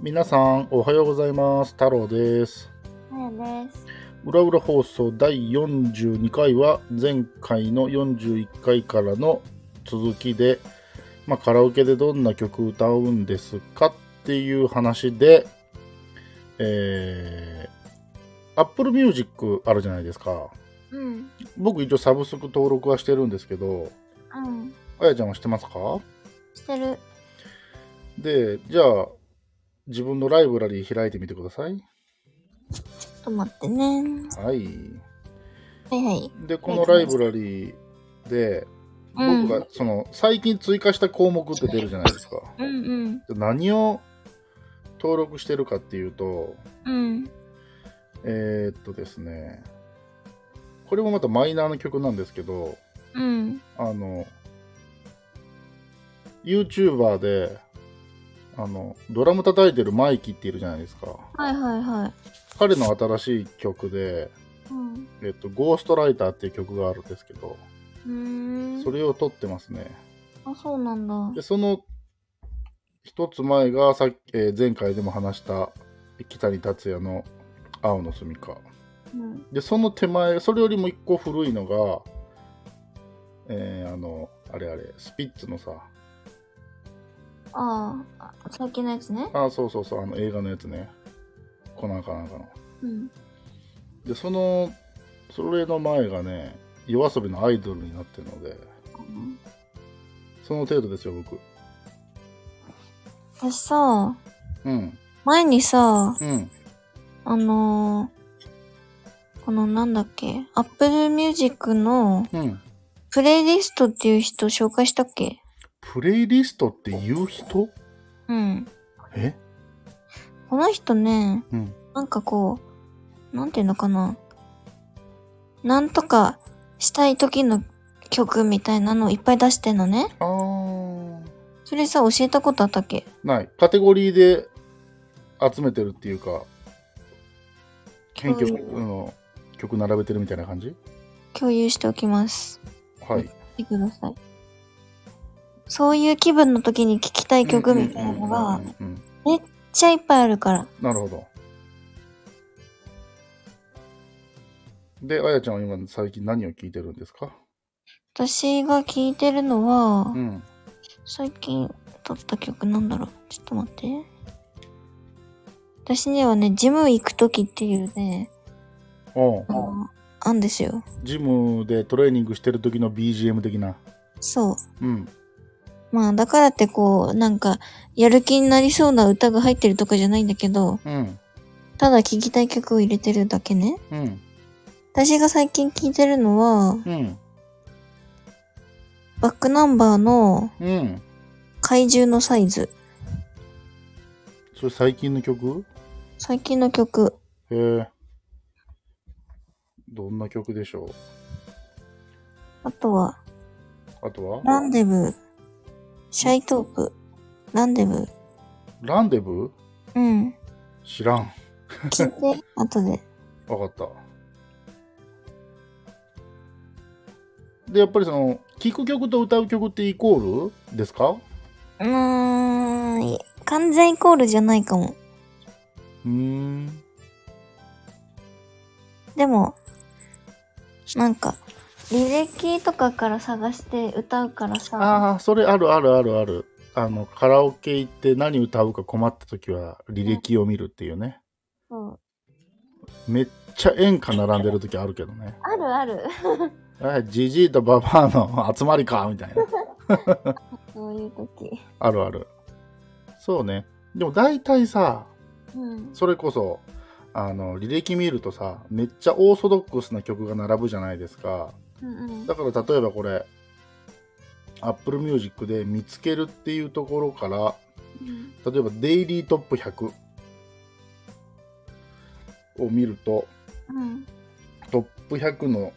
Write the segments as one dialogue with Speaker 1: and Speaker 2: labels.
Speaker 1: 皆さんおはようございます太郎です
Speaker 2: まやです。
Speaker 1: 裏裏放送第42回は前回の41回からの続きで、まあ、カラオケでどんな曲歌うんですかっていう話でえー、Apple Music あるじゃないですか
Speaker 2: うん。
Speaker 1: 僕一応サブスク登録はしてるんですけど
Speaker 2: うん。
Speaker 1: あやちゃんはしてますか
Speaker 2: してる。
Speaker 1: でじゃあ自分のライブラリー開いてみてください
Speaker 2: ちょっと待ってね。
Speaker 1: はい
Speaker 2: はいはい。
Speaker 1: でこのライブラリーで
Speaker 2: うん
Speaker 1: 僕がその最近追加した項目って出るじゃないですか
Speaker 2: うん
Speaker 1: で何を登録してるかっていうと
Speaker 2: うん。うん。
Speaker 1: えー、っとですねこれもまたマイナーの曲なんですけど
Speaker 2: うん。
Speaker 1: あの YouTuber であのドラム叩いてるマイキっているじゃないですか
Speaker 2: はいはいはい。
Speaker 1: 彼の新しい曲で
Speaker 2: うん。
Speaker 1: えっと、ゴーストライターっていう曲があるんですけど、
Speaker 2: うーん。
Speaker 1: それを撮ってますね。
Speaker 2: あ、そうなんだ。
Speaker 1: で、その一つ前がさっき、えー前回でも話した北谷達也の青の住みか。
Speaker 2: うん。
Speaker 1: で、その手前、それよりも一個古いのが、えーあの、あれあれ、スピッツのさ、
Speaker 2: あーあ、最近のやつね。
Speaker 1: あ、そうそうそう、あの映画のやつね。コナンかなんかの。
Speaker 2: うん。
Speaker 1: で、その、それの前がね、夜遊びのアイドルになってるので、
Speaker 2: うん
Speaker 1: その程度ですよ、僕。
Speaker 2: 私さ、
Speaker 1: うん、
Speaker 2: 前にさ、
Speaker 1: うん、
Speaker 2: あのー、このなんだっけ、Apple Music の
Speaker 1: うん。
Speaker 2: プレイリストっていう人紹介したっけ
Speaker 1: プレイリストって言う人
Speaker 2: うん。
Speaker 1: え
Speaker 2: この人ね、
Speaker 1: うん。
Speaker 2: なんかこう、なんていうのかな。なんとかしたい時の曲みたいなのをいっぱい出してんのね。
Speaker 1: あー。
Speaker 2: それさ、教えたことあったっけ
Speaker 1: ない。カテゴリーで集めてるっていうか、編曲
Speaker 2: 共有
Speaker 1: の曲並べてるみたいな感じ
Speaker 2: 共有しておきます。
Speaker 1: はい。
Speaker 2: 見てください。そういう気分の時に聴きたい曲みたいなのが、
Speaker 1: うん
Speaker 2: めっ
Speaker 1: うんうんうん
Speaker 2: ちゃいっぱいあるから。
Speaker 1: なるほど。で、あやちゃんは今最近何を聴いてるんですか
Speaker 2: 私が聴いてるのは
Speaker 1: う、ん。
Speaker 2: 最近撮った曲なんだろう。ちょっと待って。私にはね、ジム行く時っていうね、
Speaker 1: おう
Speaker 2: あのあんですよ。
Speaker 1: ジムでトレーニングしてる時の BGM 的な。
Speaker 2: そう。
Speaker 1: うん。
Speaker 2: まあだからってこう、なんか、やる気になりそうな歌が入ってるとかじゃないんだけど、
Speaker 1: うん。
Speaker 2: ただ聴きたい曲を入れてるだけね。
Speaker 1: うん。
Speaker 2: 私が最近聴いてるのは、
Speaker 1: うん。
Speaker 2: バックナンバーの
Speaker 1: うん。
Speaker 2: 怪獣のサイズ。
Speaker 1: それ最近の曲
Speaker 2: 最近の曲。
Speaker 1: へえ。どんな曲でしょ
Speaker 2: あとは、
Speaker 1: うあとは
Speaker 2: ランデブー、シャイトープ、ランデブー。
Speaker 1: ランデブー
Speaker 2: うん。
Speaker 1: 知らん。
Speaker 2: 聞いて、後で。
Speaker 1: わかった。で、やっぱりその、聴く曲と歌う曲ってイコールですか
Speaker 2: うーん、い完全イコールじゃないかも。
Speaker 1: うーん。
Speaker 2: でも、なんか、履歴とかから探して歌うからさ。
Speaker 1: ああ、それあるあるあるある。あの、カラオケ行って何歌うか困った時は履歴を見るっていうね。
Speaker 2: そう
Speaker 1: めっちゃ演歌並んでる時あるけどね。
Speaker 2: あるある。
Speaker 1: あじじいとばばあの集まりかみたいな。
Speaker 2: そういう時。
Speaker 1: あるある。そうね。でも大体さ、
Speaker 2: うん。
Speaker 1: それこそ、あの、履歴見るとさ、めっちゃオーソドックスな曲が並ぶじゃないですか。
Speaker 2: うんうん。
Speaker 1: だから例えばこれ、Apple Music で見つけるっていうところから、
Speaker 2: うん
Speaker 1: 例えばデイリートップ100を見ると、
Speaker 2: うん。
Speaker 1: トップ100の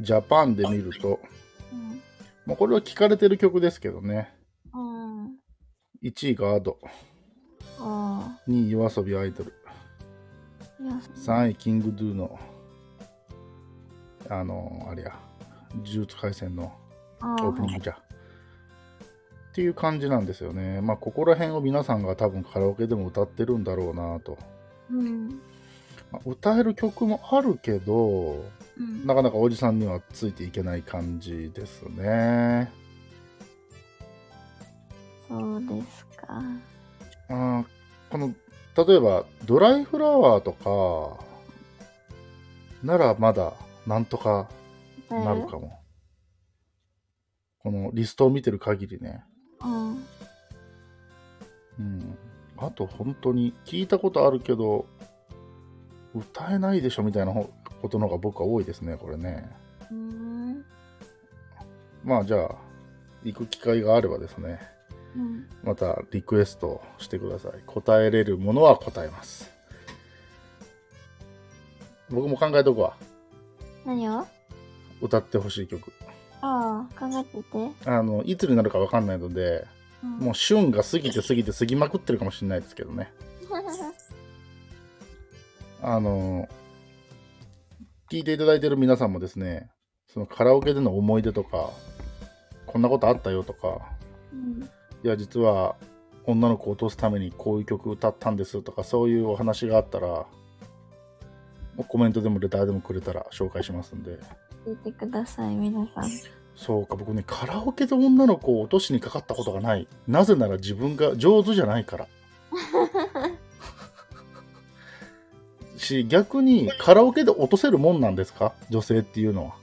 Speaker 1: ジャパンで見ると、まあ、これは聞かれてる曲ですけどね。
Speaker 2: うん。うん。
Speaker 1: 1位が Ado、
Speaker 2: あ
Speaker 1: 2位 YOASOBI アイドル、
Speaker 2: あ。いや、
Speaker 1: 3位キングドゥのあのあれや呪術廻戦の
Speaker 2: ああ
Speaker 1: オープニングじゃっっていう感じなんですよね。まあ、ここら辺を皆さんが多分カラオケでも歌ってるんだろうなと。
Speaker 2: うん。
Speaker 1: まあ歌える曲もあるけど、
Speaker 2: うん。
Speaker 1: なかなかおじさんにはついていけない感じですね。
Speaker 2: そうですか。
Speaker 1: あーこの例えば「ドライフラワー」とかならまだなんとかなるかも、このリストを見てる限りね、
Speaker 2: うん。
Speaker 1: うん、あと本当に聞いたことあるけど歌えないでしょみたいなほことの方が僕は多いですねこれね
Speaker 2: うん。
Speaker 1: まあじゃあ行く機会があればですね
Speaker 2: うん。
Speaker 1: またリクエストしてください答えれるものは答えます僕も考えとくわ
Speaker 2: 何を
Speaker 1: 歌ってほしい曲
Speaker 2: ああ、考えてて。
Speaker 1: あのいつになるかわかんないので
Speaker 2: うん
Speaker 1: もう旬が過ぎて過ぎて過ぎまくってるかもしれないですけどねあの聞いていただいてる皆さんもですねそのカラオケでの思い出とかこんなことあったよとか
Speaker 2: うん。
Speaker 1: いや実は女の子を落とすためにこういう曲歌ったんですとかそういうお話があったらコメントでもレターでもくれたら紹介しますんで
Speaker 2: 聞いてください、皆さん。
Speaker 1: そうか僕ねカラオケで女の子を落としにかかったことがないなぜなら自分が上手じゃないからし逆にカラオケで落とせるもんなんですか女性っていうのは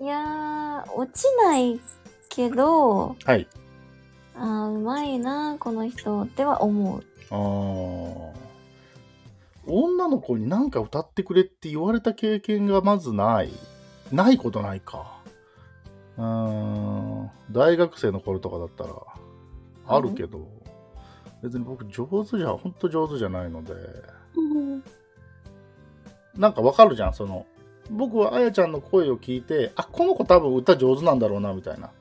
Speaker 1: い
Speaker 2: やー、落ちないけど、
Speaker 1: はい
Speaker 2: あーうまいな、この人っては思う。
Speaker 1: あー女の子に何か歌ってくれって言われた経験がまずないないことないかうーん大学生の頃とかだったらあるけど別に僕上手じゃほんと上手じゃないので
Speaker 2: うん。
Speaker 1: なんかわかるじゃんその僕はあやちゃんの声を聞いてあこの子多分歌上手なんだろうなみたいな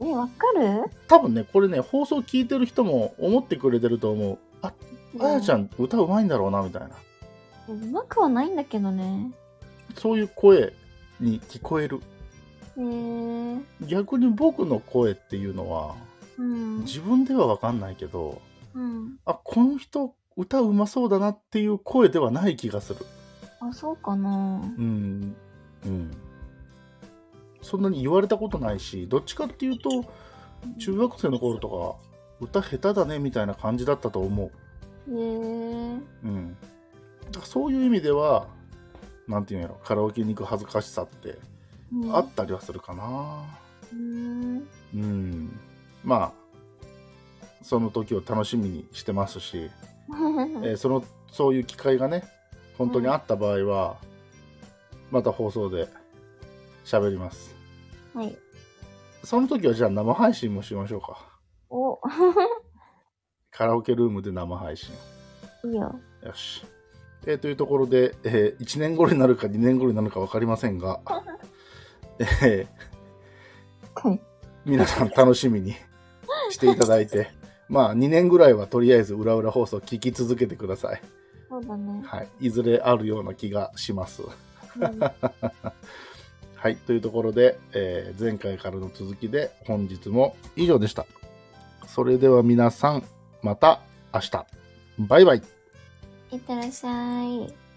Speaker 2: え、わかる
Speaker 1: 多分ねこれね放送聞いてる人も思ってくれてると思うああやちゃん歌うまいんだろうなみたいな
Speaker 2: うまくはないんだけどね。
Speaker 1: そういう声に聞こえる。
Speaker 2: えー、
Speaker 1: 逆に僕の声っていうのは、
Speaker 2: うん。
Speaker 1: 自分では分かんないけど、
Speaker 2: うん。
Speaker 1: あ、この人歌うまそうだなっていう声ではない気がする。
Speaker 2: あ、そうかな。
Speaker 1: うん。うん。そんなに言われたことないし、どっちかっていうと、中学生の頃とか、歌下手だねみたいな感じだったと思
Speaker 2: えー、
Speaker 1: う。うん。だからそういう意味では、なんていうんやろ、カラオケに行く恥ずかしさって
Speaker 2: うん
Speaker 1: あったりはするかな。
Speaker 2: うん。
Speaker 1: うん、まあその時を楽しみにしてますし、えーそのそういう機会がね本当にあった場合は、また放送で喋ります
Speaker 2: はい。
Speaker 1: その時はじゃあ生配信もしましょうか
Speaker 2: お、
Speaker 1: カラオケルームで生配信
Speaker 2: いいよ。
Speaker 1: よし、えーというところで、え1年頃になるか2年頃になるか分かりませんが、 えー
Speaker 2: はい。
Speaker 1: 皆さん楽しみにしていただいてまあ2年ぐらいはとりあえず裏裏放送聞き続けてください、
Speaker 2: そうだね。
Speaker 1: はい、いずれあるような気がします
Speaker 2: うん
Speaker 1: はいというところで、えー前回からの続きで本日も以上でしたそれでは皆さんまた明日バイバイ
Speaker 2: いってらっしゃい。